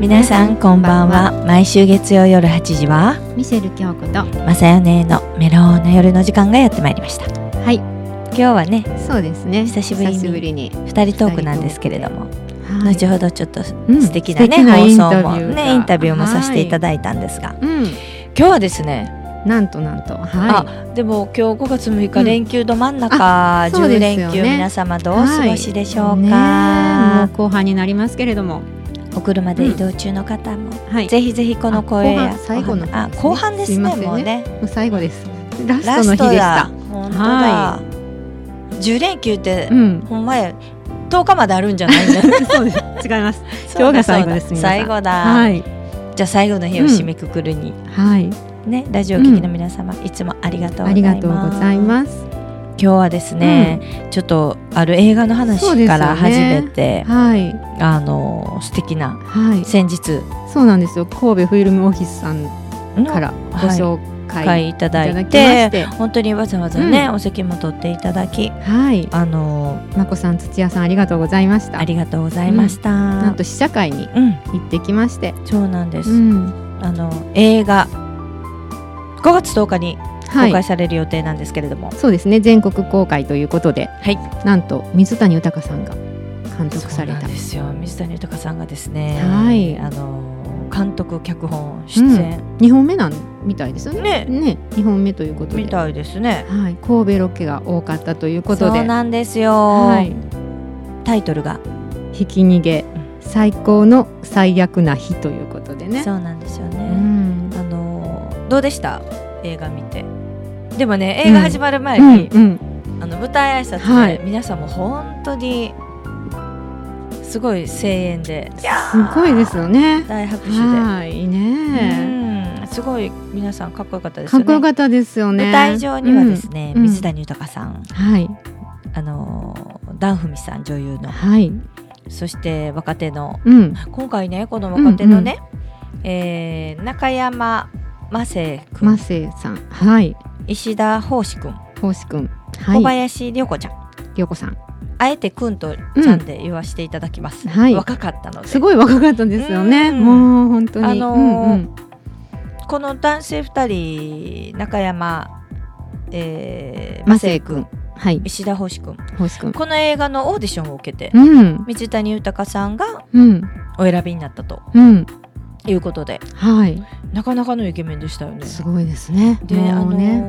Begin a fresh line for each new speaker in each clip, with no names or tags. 皆さんこんばんは毎週月曜夜8時は
ミシェル京子と
まさよねのメローな夜の時間がやってまいりました
はい
今日はね
そうですね
久しぶりに
久しぶりに
二人トークなんですけれども、
はい
後ほどちょっと素
うん
敵なね、
素敵な
放
イン
送
タビューが
もねインタビューもさせていただいたんですが、
うん
今日はですね
なんとなんとは
でも今日5月6日
うん
連休ど真ん中、
あそう
10
です
連
よね
休、皆様どうお過ごしで
い
しょうか、
ねえもう後半になりますけれども
お車で移動中の方も、
はい
ぜひぜひこの声や
あ後半最後の方
あ
ですね
後半です
すい
ね
ませんね
もうね
もう最後ですラス
ラ
トの
ス
日
ト
でし
だ
た
本当だ、
は
10連休って、
うん
ほんまや10日まであるんじゃないんだ
そうです違います
そうだ
今日が最後です
そうだ
皆さん
最後だ、
はい
じゃあ最後の日を締めくくるに、
はい
ねラジオ聴きの皆様、いつもありがとうござ
あ
い
り
ます
がとうございます
今日はですね、ちょっとある映画の
そう
話
です
か
よね
ら始めて、
はい
あの素敵な
はい
先日
そうなんですよ神戸フィルムオフィスさん
の
からご紹介、
会いただいて
いただきまして
本当にわざわざね、
う
お席も取っていただき
はい
あの
まこさん土屋さんありがとうございました
ありがとうございました、
なんと試写会に
うん
行ってきまして、
そうなんです、
ん、
あの映画5月10日に
は
公開
い
される予定なんですけれども、
そうですね全国公開ということで、
はい
なんと水谷豊さんが監督
そ
さ
う
れ
なん
た
ですよ水谷豊さんがですね、
はい
あの監督脚本出演、
2本目なんみたいですよね
ね
ね2本目ということで
みたいですね。
はい、神戸ロケが多かったということ
そう
で
なんですよ、
はい、
タイトルが、
ひき逃げ最高の最悪な日ということでね
そうなんですよ
う
ね、
ん
あのどうでした映画見てでもね映画始まる前に、
うん
あの舞台挨拶で、
はい
皆さんも本当にすごい声援です
ごいですよね
大拍手で、
はいいいね
うんすごい皆さんかっこよかったです
か
よね
っこよかったですよね
舞台上にはですね、
うん
水谷豊さん、
うんはい
あのーダンフミさん女優の
はい
そして若手の
うん
今回ねこの若手のね、えー中山真世
マ
君
セイさんはい
石田芳志君
ほうしくん
小
はい
林涼子ちゃん、
りょうこさん
あえて君とちゃんで言わせていただきます、
うんはい
若かったのです
ごい若かったですよね
うん
もう本当に
あのー
うんうん
この男性2人中山、えー、
マ
マ
セ
セ
イ
イ
くん
君
はい
石田芳志君
ほうしくん
この映画のオーディションを受けて
うん
水谷豊さんが
うん
お選びになったと
うん
いうことで
はい
なかなかのイケメンでしたよね。
すごいですね
で、あの
もうね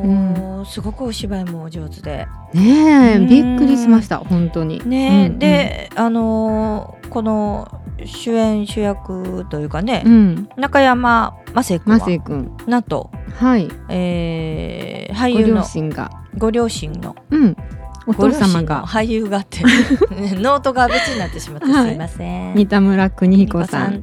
ーすごくお芝居もお上手で、
うんねえ
うん
びっくりしました本当に
ね
うん
で、あのーこの主演主役というかね、
うん
中山雅生君
マ
は
セイくん
なんと、
はい
えー、俳
ご
優
両
の
親が
ご両親の
うん
ご
お父
両親
様
の
が
俳優がって ノートが別になってしまってす
はい
いま せん。
三田村邦
ニコ
彦さん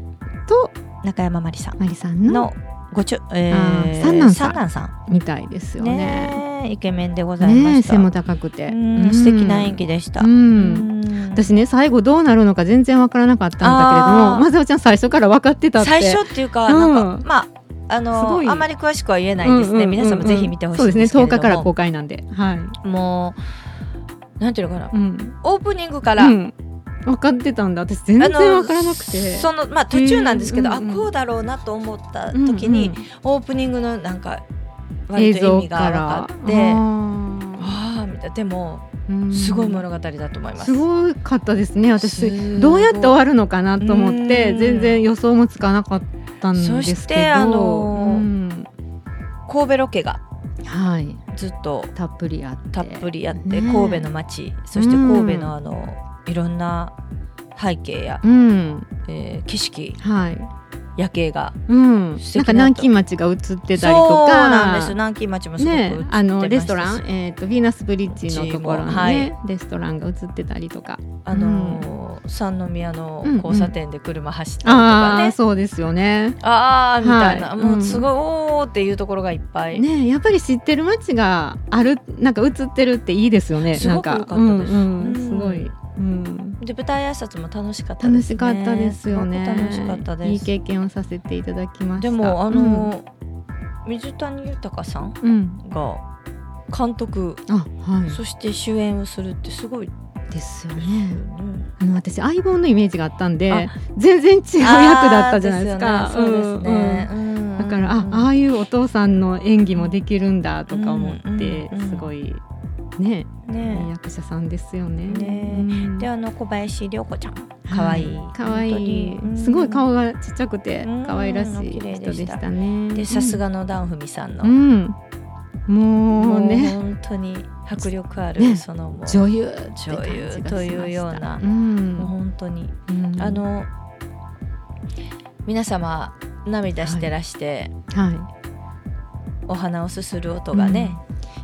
と
と
中山まりさん
マリさんの
のごちょ、え
あー
ー、
三男さん
さん
みたいですよね
ねえイケメンでございま
ねえ
した。
背も高くて
うん素敵な演技でした。
う
うんん
私ね最後どうなるのか全然わからなかったんだけれど
あー
もまぜおちゃん最初から分かってたって
最初っていうか、
うん
なんかまああ
す
の
ごい
あまり詳しくは言えないですね。皆さんもぜひ見てほしいん
そ
で
うですすね
けれど
10
も。
日から公開なんではい、
もうなんていうのかな、
うん
オープニングから。
うん分かってたんだ私全然分からなくて
そのまあ途中なんですけど、
うんうんうん
あこうだろうなと思った時に、
うんうん
オープニングのなんか
映
割と意
像
味
か
が
ら
分かってあ
あ
あみたいなでも
ーうん
すごい物語だと思います。
すごかったですね
すご
私
い
どうやって終わるのかなと思って
うん
全然予想もつかなかったんですけど
そしてあのー
うん
神戸ロケが
はい
ずっと
たっぷりあって
たっぷりあって、
ね
神戸の街そして神戸のあの、いろんな背景や、
うん
えー景色
はい
夜景が
うん、
素敵だ
なんか
った
南京町が映ってたりとか
そうなんです南京町もすごく映ってまし
ね
たし、
あのレストラン、えー、とヴィーナスブリッジのところの、ね
はい
レストランが映ってたりとか
あのー三宮の交差点で車走ったりと
あ
か
あ
ね、
ーそうですよね。
ああみたいな、
はい
もうすごい、おーっていうところがいっぱい、
ねやっぱり知ってる町があるなんか映ってるっていいですよね。
すごく
なん
良かったです
うんうん
うん
すごい、うん、
で舞台挨拶も楽しかった
楽
です、
し
ね、
かったですよね。
すごく楽しかったです
いい経験をさせていただきまし
で
た。
もあのー、水谷豊さん
うん、うん
が監督
あはい
そして主演をするってすごい
ですよ
ですよ
ね
ね
あの私相棒のイメージがあったんで
あ
全然違う役だったじゃないですか
あーですよねそうですね、
うんうんだからあああいうお父さんの演技もできるんだとか思って
うんうんうん
すごいね
あね
いい役者さんですよね
ね
うん
であの小林涼子ちゃん可愛い
は可愛い
本当に
すごい顔がちっちゃくて
うん
可愛らしい
綺麗
人
で
で
した
したね
でさすがのダンフミさんの、
うんもう
もう
ね
本当に迫力ある、
ね
そのもう
女優って感じが
女優
しました
というような
うん
もう本当に、
うん
あの皆様涙してらして、
はい
お花をすする音がね、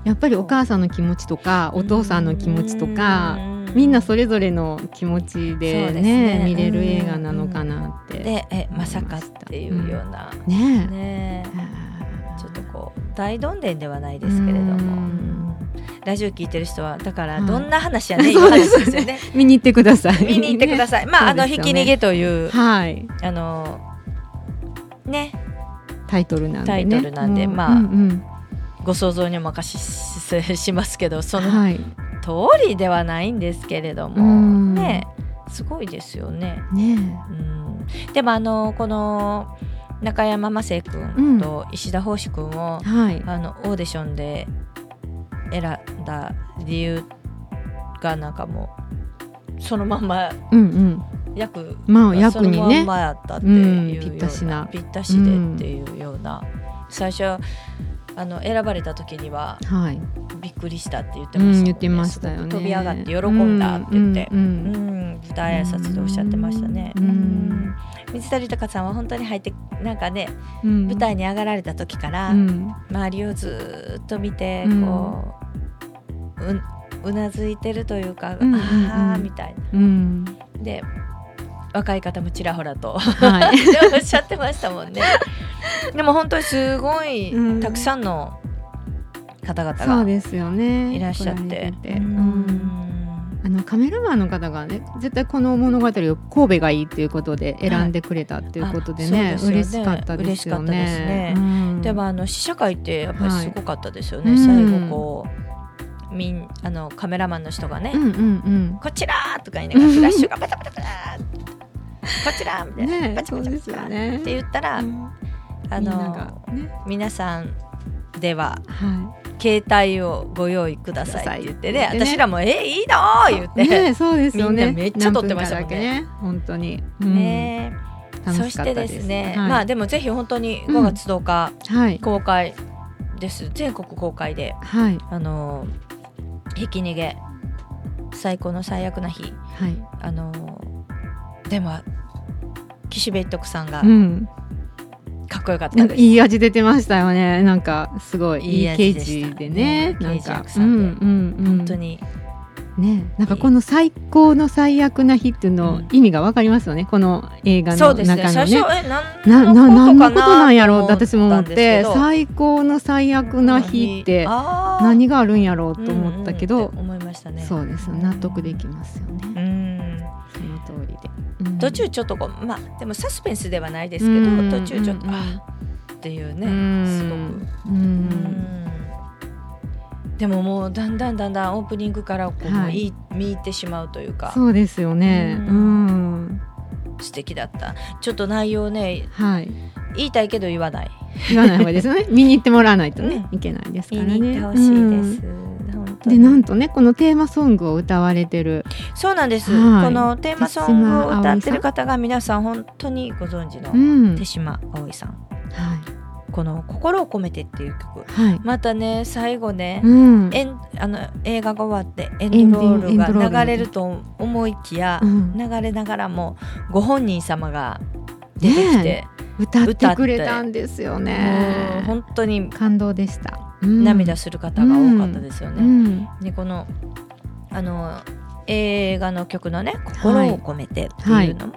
やっぱりお母さんの気持ちとかお父さんの気持ちと
う
か
ん
みんなそれぞれの気持ちで
そうです
ね
ね
見れる映画なのかなって。
でえまさかっていうような、
ねえ
ねえ
あー
ちょっとこう大どんでんではないですけれど
う
も
ん
ラジオ聞いてる人はだから
はい
どんな話やね、い、
そううで
話
す
ですよね
見に行ってください。
見に行ってください、まあ、あの
そうで
ひ
す
き
よね
逃げという
ねはい、
あのね
タイトルなんで、ね、
タイトルなんで
もう
まあ
うんうん
ご想像にお任せしししますけどその
はい、
通りではないんですけれど
う
も
ん
ねすごいですよね。
ね
うん、でもあのこの中山雅生君と石田芳志君を
え、、はい、
あのオーディションで選んだ理由がなんかもうそのまんま
うんうん、
役
まあ
そ
役
の
に
まん
ね、
まやったっていうよう
うんぴったしな
ぴったしでっていうような、最初あの選ばれた時には
はい、
びっくりしたって言って
う
ましたもんね
ん、言ってましたよね。
すごく飛び上がって喜んだって言って
う、
うんん舞台挨拶でおっしゃってましたね。
うん
うん水谷豊さんは本当に入ってなんかね
うんうん
舞台に上がられた時から、
うん
周りをずっと見て
うん
こう、ううなずいてるというか、
うんうんうん
ああみたいな
うん、
で若い方もちらほらと
はい、
おっしゃってましたもんねでも本当にすごい、
うん
たくさんの方々
そう
が
ですよね。
いらっしゃっ
来ら
て
れててうん
ん
あのカメラマンの方がね絶対この物語を神戸がいいっていうことで選んでくれたっていうことでね,、
あそう
嬉
ですよね
しかったですよ
嬉しかった
ね
ですね。
うん
でもあの試写会ってやっぱりすごかったですよね、
はい
最後こうみんあのカメラマンの人がね、
うんうん
こちらーとか言いながらフラッシュがバタバタバターってこちらーみたい
うん。
な、
ね
バチ
そ
バ
う
チバ
で
チ
す
バ
よ
チ
ね
って。言ったら、
うん
あ
みんな
の
がね
皆さんでは
は
携帯をご用意くださいって言ってね
くださいって言ってね
私らも「えいいの?」言って
い。
ね
ねそうですよね。
みんなめっちゃ撮ってましたもんね
何分かだけ本当に。うん
そ
楽し
し
かってた
ですね、
はい、
まあでもぜひ本当に
うん
5月10日
はい
公開です、全国公開で
はい
あのひき逃げ最高の最悪な日
はい。
あのでも岸辺一徳さんが
うん。
かっこよかっ
な
た
んか
です、
いい味出てましたよね。なんかすごい
い
い
い
い
味
刑
でした
事でね。
ね
なん
刑事
か
役さんで
うんうんうん、
本当に
ね。なんかこの最高の最悪な日っていう
う
の
ん
意味がわかりますよね。この映画
そ
の
うです
中
ね
の
最
ね。
初え
な
何の
な何
こ
の
と
こ
か
とな
なん
やろうって
と
私も思って
思ったんです
最高の最悪な日って何があるんやろうと思ったけど、
うんうんって思いましたね
そうです納得できますよね、
うん
その通りで、うん
途中ちょっとこうまあでもサスペンスではないですけど
うん
途中ちょっと
う
あ
ん
っていう
う
ね
ん
すごく
うん
うんでももうだんだんだんだんオープニングからこう、
はい
もういい見入ってしまうというか
そうですよね
う
うん、
素敵だったちょっと内容ね
はい
言いたいけど言わない
言わない方がいいです よね見に行ってもらわないとね、
う
いけないですか
見
らね
に行ってほしいです、本
う
当
ん
に
でなんとねこのテーマソングを歌われてる
そうなんです、
はい
このテーマソングを歌ってる方が皆さん本当にご存知の
うん
手島葵さん
はい
この「心を込めて」っていう曲
はい、
またね最後ね、
うん
エンあの映画が終わってエンドロール
エンディングエンドロール
が流れると思いきや、
うん
流れながらもご本人様が出てきて、
歌ってくれたんですよ
もう
ね
本当に
感動でした、
涙
し
する方が多かったですよね。
うん
でこのあの映画の曲のね「心を込めて」っていうのも、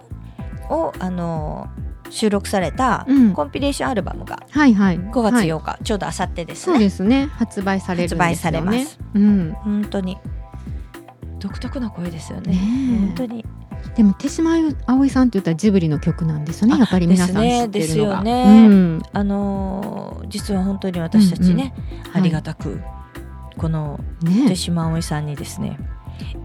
をあの収録された
うん
コンピレーションアルバムが
はいはい
5月
はい
8日、ちょうどあさってです
そう
ね
ですね発売されるんですよね
発売されます
うん
本当に独特な声ですよね
ね
本
え
当に
でも手島葵さんって言ったらジブリの曲なんですよ
あ
ねやっぱり皆さん知って
ですねです
るの
よ
が、
ね
うん
あのー実は本当に私たちね、
うんうん
ありがたく、この
ね
手島葵さんにですね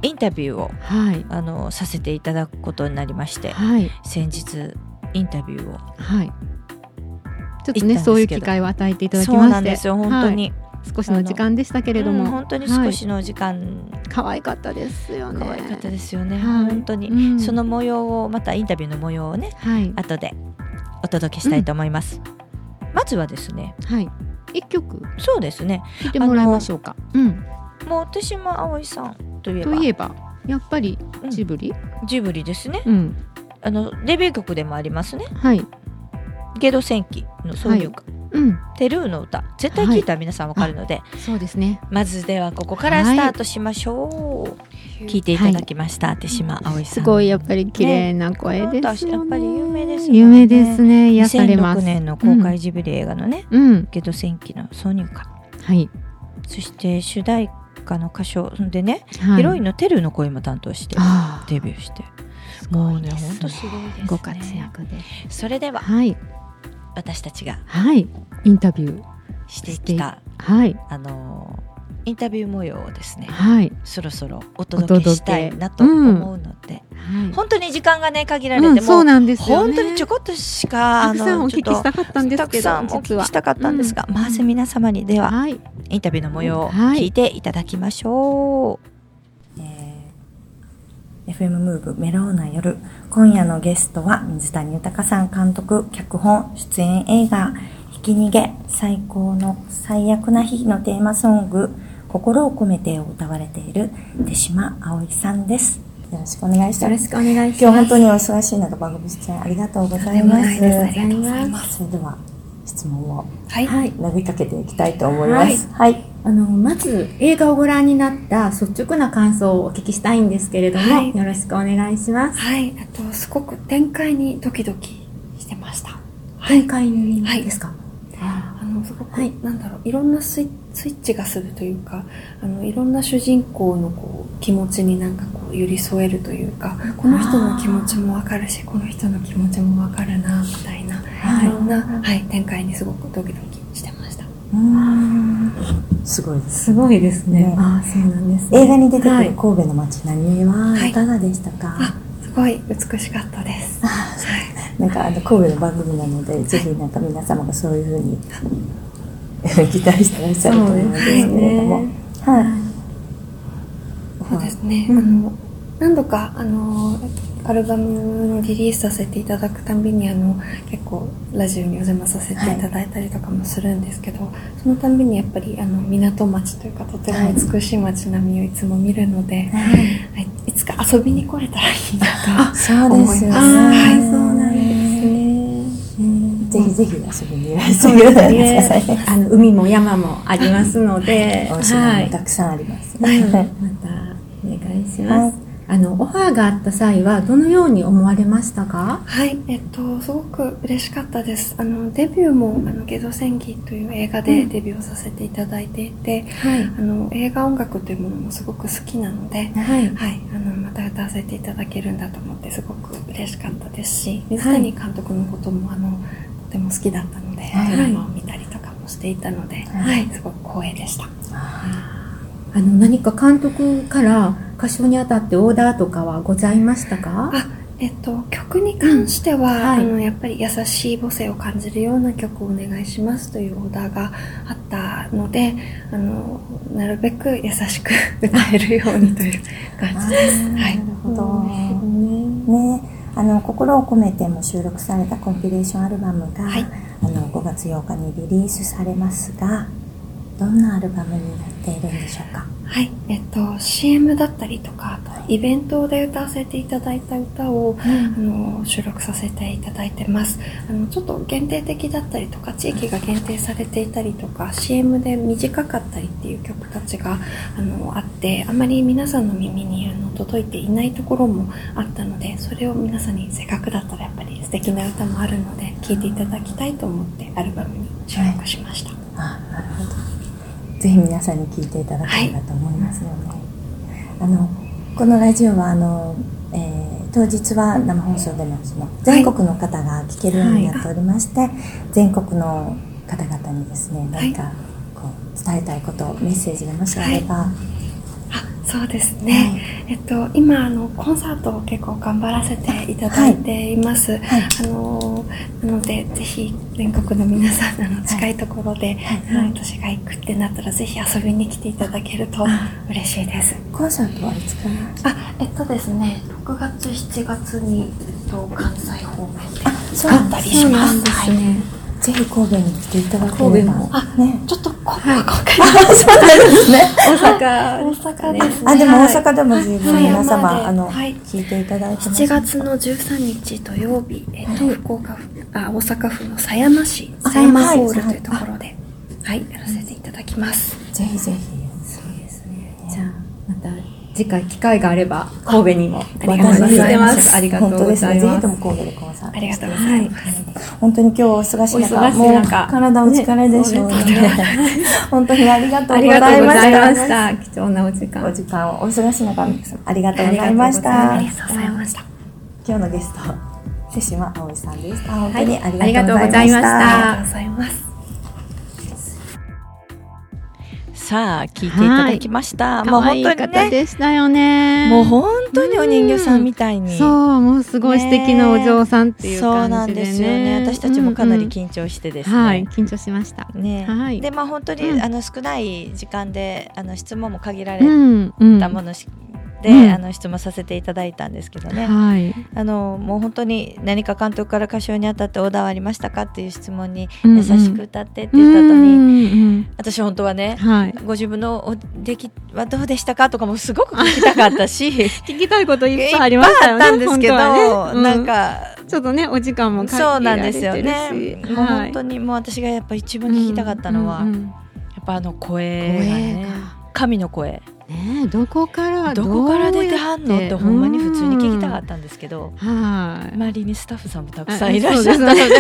インタビューを
はい
あのさせていただくことになりまして
はい
先日インタビューを
はいち
行
ょっと
ったんですけ
ね
ど
そういう機会を与えていただきま
そ
して
うなんですよ本当
はい
に、
少しの時間でしたけれども、
うん本当に少しの時間、
はい可愛かったですよね
可愛かった
す
ですよね、
はい
本当に、
うん
その模様をまたインタビューの模様をね
はい
後でお届けしたいと思います、まずはですね
はい一曲
そうですね
聴いてもらいましょうかうん
もう私も葵さんといえば
といえばやっぱり
うん
ジブリ
ジブリですね
うん、
あのデビュー曲でもありますね
はい
ゲド戦記のそういうか、
うん
テルーの歌絶対聞いたら皆さんわかるので、
そうですね
まずではここからスタートしましょう、聞いていただきました、手島葵さん
すごいやっぱり綺麗な声ですよね
やっぱり有名ですよね
有名ですね癒されま
2006
す
年の公開ジブリ映画のね、
うん
ゲド戦記の挿入歌
はい
そして主題歌の歌唱でね、
はい
ヒロインのテルの声も担当して
あ
デビューして
あ
もうね
す
ほんと
ごいです
ごいですね
ご活躍で
それでは
はい
私たちが
はいインタビュー
してきた
はい
あのーインタビュー模様をですね
はい
そろそろお届けしたいなと
お届けうん
思うので、
はい
本当に時間がね限られ
う
ても、
ん、そうなんですよ
本
ね
当にちょこっとしか
たくさんお聞き
あのちょ
し
った
かったんで
と
す
たく
け
さ
ど
んお
実
聞き
は
したかったんですが、
うん
まず皆様にでは
はい
インタビューの模様を
はい
聞いていただきましょう、
えー FM ムーブメローな夜今夜のゲストは水谷豊さん監督脚本出演映画「ひき逃げ最高の最悪な日」のテーマソング「心を込めて」を歌われている手島葵さんですよろしくお願いします
よろしくお願い
今
し
日
ます。
本当にお忙しい中番組出演ありがとうございますますそれでは質問を
はい。
投げかけていきたいと思いますはい、
あの、まず映画をご覧になった率直な感想をお聞きしたいんですけれども、
はい
よろしくお願いします。
はい、あとすごく展開にドキドキしてました。
展開にですか、
あのすごく、
はい
なんだろういろんなスイスイッチがするというか、あのいろんな主人公のこう気持ちになんかこう寄り添えるというか、この人の気持ちもわかるし、この人の気持ちもわかるなみたいな、
はい
い、ろんなはい展開にすごくドキドキしてました。
すごいです
すごいですね。
ね
ああ、そうなんです、ね。
映画に出てくる
はい
神戸の街並みはいいかがでしたか、
あ、すごい美しかったです。はい。
なんかあの神戸の番組なので、ぜひなんか皆様がそういうふうに 期待してらっしゃると思うんですけれども、
そう
はい、
そうですね、
うん
あの何度かあのアルバムのリリースさせていただくたびにあの結構ラジオにお邪魔させていただいたりとかもするんですけど、そのたんびにやっぱりあの港町というかとても美しい町並みをいつも見るので、はい、いつか遊びに来れたらいいな と
そうですよね。
あ
はいそうなんです
ね。ぜひぜひ遊びにいらしてくださいね。
あの、海も山もありますので、
美味しいも
は
の
い
も。たくさんあります。
うんまたお願いしま
は
す。あの、オファーがあった際は、どのように思われましたか
はい、えっと、すごく嬉しかったです。あの、デビューも、あの、ゲド戦記という映画でデビューをさせていただいていて、
はい。
あの、映画音楽というものもすごく好きなので、
はい。
はい、あのまた歌わせていただけるんだと思ってすごく嬉しかったですし水谷監督のことも、あのとても好きだったので、
はい
ドラマを見たりとかもしていたので、はい、すごく光栄でした。
あの、何か監督から歌唱にあたってオーダーとかはございましたか
あえっと、曲に関しては、
はい
あのやっぱり優しい母性を感じるような曲をお願いしますというオーダーがあったのであのなるべく優しく 歌えるようにという感じです。はい
なるほど。ね、あの心を込めても収録されたコンピレーションアルバムが、
はい
あの5月8日にリリースされますが、どんなアルバムになっているんでしょうか。
はい、えっと、CM だったりとか、あとイベントで歌わせていただいた歌を、あの収録させていただいてますあの。ちょっと限定的だったりとか、地域が限定されていたりとか、CM で短かったりっていう曲たちがあのあって、あまり皆さんの耳にあの届いていないところもあったので、それを皆さんにせっかくだったらやっぱり素敵な歌もあるので、聴いていただきたいと思ってアルバムに収録しました。
あなるほどぜひ皆さんに聞いていただければと思いますので、あのこのラジオはあの、えー当日は生放送でもその全国の方が聞けるようになっておりまして、全国の方々にですね何かこう伝えたいことメッセージがもしあれば、
あそうですね、えっと、今あのコンサートを結構頑張らせていただいています、
はいはい
あのなのでぜひ全国の皆さんあの近いところで、
はい
うん私が行くってなったらぜひ遊びに来ていただけると嬉しいです
コンサートはいつから
あえっとですね6月7月に、えっと、関西方面で
あ、そうだったりしま
そうなん
す。
ですね。
ぜひ神戸に来ていただければ。
あ
ね。
ちょっとこ、はい、今回
そうなんですね。
大阪ですね
あ、でも
はい
大阪でも随分皆
はい
様、
はい
あの、
はい
聞いていただいてます。
7月の13日土曜日、えっと福岡府あ大阪府の狭山市
あ
狭山
はい
ホールというところで、はい、やらせていただきます。
ぜひぜひ。そうですね。じゃあ、また次回機会があれば、神戸にも。
ありがとうございます
ありがとうご
本
ざい
当ですね。ぜひと
ます
も。神戸でコンサート。
ありがとうございます。
本当に今日お忙しい中、
お忙しい
もう
中
体お疲れでしょうね。本当にありがとうございま
ありがとうご
し
ざ
た。
いました。貴重なお時間。
お時間をお忙しい中、皆様ありがとうございまし
あ
た
あ。りがとうございました。
今日のゲスト、瀬島葵さんでした。本当に
はい
ありがとうございまし
ありがとうございました
た。
ありがとうございます。
さあ聞いていただきました。もう
可愛
本
い
当に
方
ね、
でしたよね。
もう本当にお人形さんみたいに。
そう、もうすごい素敵なお嬢さんっていう
そう
感
な
じ
ん
でね。
ですよね。私たちもかなり
張
緊張してですね。
はい、緊張しました。
ね
はい
でまあ本当に、
うん
あの少ない時間であの質問も限られ
うん、うん。
たものし、で、
うん
あの質問させていただいたんですけどね、
はい。
あのもう本当に何か監督から歌唱にあたってオーダーはありましたかっていう質問に
うんうん
優しく歌ってって
う
言
ん
った後に、
うん
私本当は
うん
ね
はい。
ご自分のお出来はどうでしたかとかもすごく聞きたかったしいっ
聞きた いこといっ
ぱ
ぱ
いあ
いありましたよね。
ったんですけど、
本当はねうん
なんか
ちょっとね、お時間も限
そうな
ら
ん
れ
で
てる
すよ
し。
ね、もう本当にもう私がやっぱ一番聞きたかったのは、
うんうんうん
やっぱあの声がね
声が
神の声
ねえどこから
どこから出てはんのってほんまに普通に聞きたか
た
ったんですけど、
はい、
周りにスタッフさんもたく
あ
さんいらっしゃったの
そう
で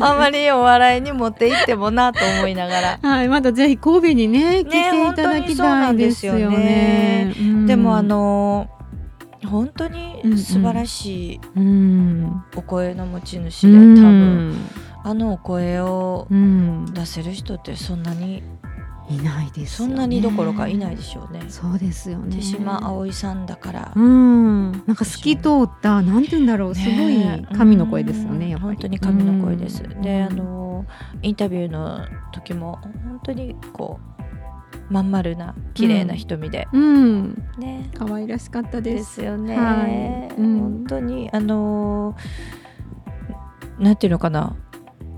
あまりお笑いに持っていってもなと思いながら。
はい、まだぜひ神戸にね、来ていただきたいですよね。うん
でもあ、の本当に素晴らしい
うん、
お声の持ち主で、多分あのお声を
うん、うん
出せる人ってそんなに
いないです
そ
よね。
んなにどころかいないでしょうね。
そうですよね。
手島葵さんだから、
うん、なんか透き通った、なんて言うんだろう、すご
ね
い神の声ですよ
う
ね。
ん
やっぱり
本当に神の声です。
うん
で、あのインタビューの時も本当にこうまん丸な綺麗な瞳で、
うん、
ね。
可愛らしかった
で
です。
すよね。
はいうん
本当にあのなんていうのかな、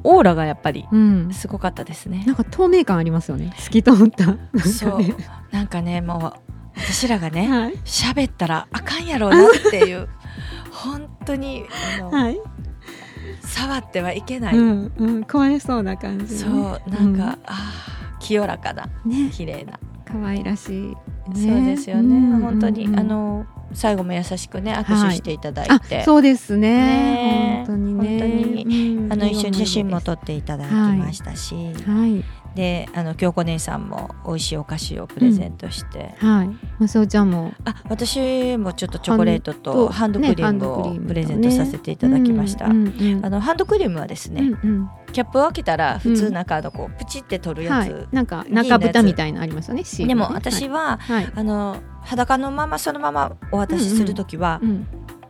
オーラがやっぱり
うん、
すごかったですね
な。んか透明感ありますよね。透き通った。なんかね
そう、なんかね、もう私らがね、
はい、
喋ったらあかんやろうなって いう。本当にあの、
はい、
触ってはいけない、
うん、うん、壊れそうな感じ。
そうなんか、ああー清らかな
ね、
綺麗な、
可愛らしい、ね。
そうですよね、
うん
本当に、
うん
あの最後も優しくね握手していただいて、
あ、そうですね
ね。
本当にね。
本当
うん
あの一緒に写真も撮っていただきましたし、
はい。
であの京子姉さんも美味しいお菓子をプレゼントして、
はい。まさおちゃんも。
あ私もちょっとチョコレートとハ
ハ
ン
ン
ド
ド
クリ
ね
ーム
ハンドクリ
を
ームとね
プレゼントさせていただきました、
うんうん
あのハンドクリームはです
うん
ね、
うん
キャップを開けたら普通なんかあのこうプチって取るや
は
つ、
い。なんか
銀の
中
やつ
蓋みたいなのありますよね。シール
で
ね
も私。は、
はい。はい
あの裸のままそのままお渡しするときは
う、ん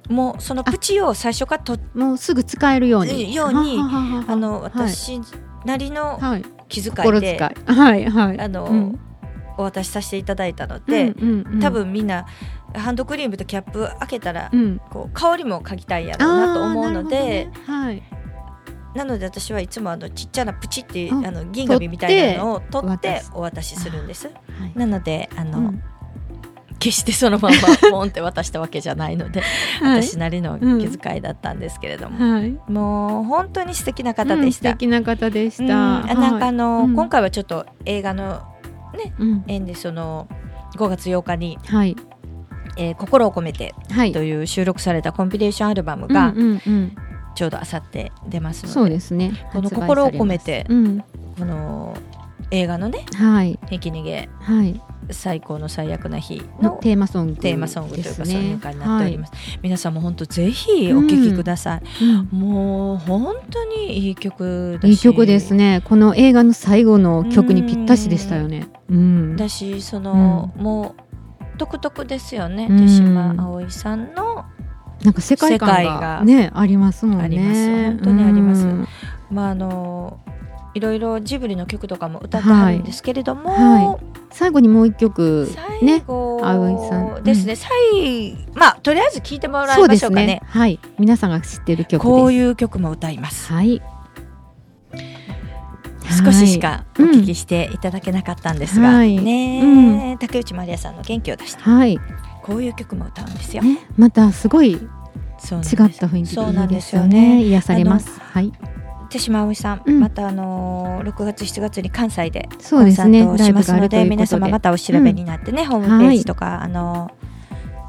もうそのプチを最初から取っ
もうすぐ使えるように。
ように
はははは
あの
はい
私なりの
はい。
気遣
心
い
遣い。
で、
はいはい。
あの、
うん
お渡しさせていただいたので、、
うんうんうん
多。分みんなハンドクリームとキャップ開けたら、
うん。
こう香りも嗅ぎたいや
あ
ろうな
ー
と思うので
なるほどねはい。
なので私はいつもあのちっちゃなプチって
あ
あの銀紙みたいなのを取って
取って
お渡しするんです。
はい
なのであの、
うん
決してそのままポンって渡したわけじゃないので、
はい
私なりの気遣いだったんですけれども、
はい。
もう本当に素敵な方でし
うん
た
素。敵な方でし
うん
た。
あなんかあ
はい
の、
うん
今回はちょっと映画の
うん
縁でその5月8日に、
はい
えー心を込めて
はい」
という収録されたコンピレーションアルバムが
うんうんうん
ちょうどあさって出ます
そ
の
う
で,、
ですね。
この
発売
心を
されます
込めて
うん、
この映画のね
はい
「ひき逃げ
はい
最高の最悪な日」の
のテーマソング
テーマソングというか挿
ですね
入歌になっております、皆さんも本当ぜひお聴きください、
はいうん
もう本当にいい曲だし
いい曲ですね。この映画の最後の曲にぴったしでしたよね。うん。
だしその、もう独特ですよね、
うん
手島葵さんの
なんか世界観がねありますもんね。
あります本当にあります
うん
まああのいろいろジブリの曲とかも歌ってあるんですけれども、
はいは最後にもう一曲
最
ね。
後
葵さんうん
ですね、最まあとりあえず聞いてもらい
そ
ま
う
し
で
ょ
す
うかね
ね。はい。皆さんが知ってる曲です。
こういう曲も歌います、
はい。
少ししかお
はい
聞きしていただけなかったんですが、
はい
ねえ、
う
竹内まりやさんの元気を出して
はい。は
こういう曲も歌うんです
い。
よ、
ね、またすごい違っ
そう
た
なんです
雰囲気で
そう
い
ないん
で
ですす
よ
よ
ね。
ね
癒されます。はい。
手島葵さん、
うん
またあのー6月7月に関西で
そ
コ
うで
ン
す
サ
ね。
ートを
ラ
し
イブ
ます
があ
の
ると
で
いうこ
皆
と
様
で
ま。たお調べになってね、ホームページとか、あのー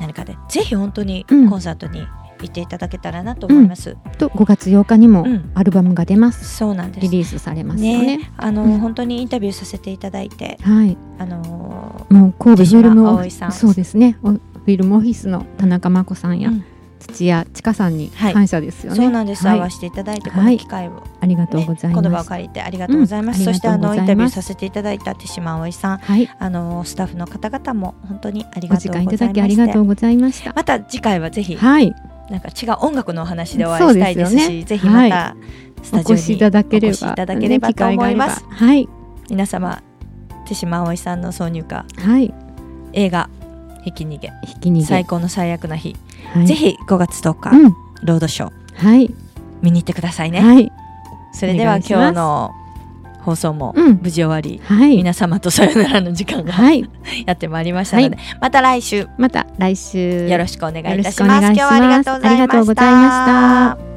何かでぜひ本当に
うん
コンサートに行っていただけたらなと思います、
と5月8日にも
うん
アルバムが出ます。
そうなんです
リリースされますよね。
ねあのー、
うん
本当にインタビューさせていただいて
はい。
あの
もう神戸フィルムオフ
手島葵さん
そうですね。おフィルムオフィスの田中真子さん
ー
や、
うん
土屋千佳さんに
はい
感謝ですよね。
そうなんです、
はい
会わせていただいてこ
はい
の機会を
ありがとうござい
言
ま
葉を
す。
借りてありがとうございます、
うん
そ
あり
して
が
あ
とうござい
の
ます
インタビューさせていただいた手島葵さん
はい。
あのスタッフの方々も本当にあり
お
が
時
とうござい
間い
まし
ただ
た
きありがとうございました。
また次回はぜひ
はい。
なんか違う音楽のお話でお会いしたいですし
そうですよね
ぜひまたス
お
タジオ
越
に
しいただければ、
お越しいただければ
ね機
と
会
思
があれ
い
ば
ます、
はい。
皆様手島葵さんの挿入歌
はい。
映画「ひき逃げ
ひき逃げ。
最高の最悪な日」
はい
ぜひ5月10日、
うん。
ロードショー
はい。
見に行ってくださいね、
はい。
それでは
お願いしま
今
す
日の放送も
うん
無事終わり、
はい。
皆様とさよならの時間が
はい。
やってまいりましたので、また来週
また来週。
よろしくお願いいたし
よろ
ます。
しくお願
今
いします
日はありがとうございました。
ありがとうございました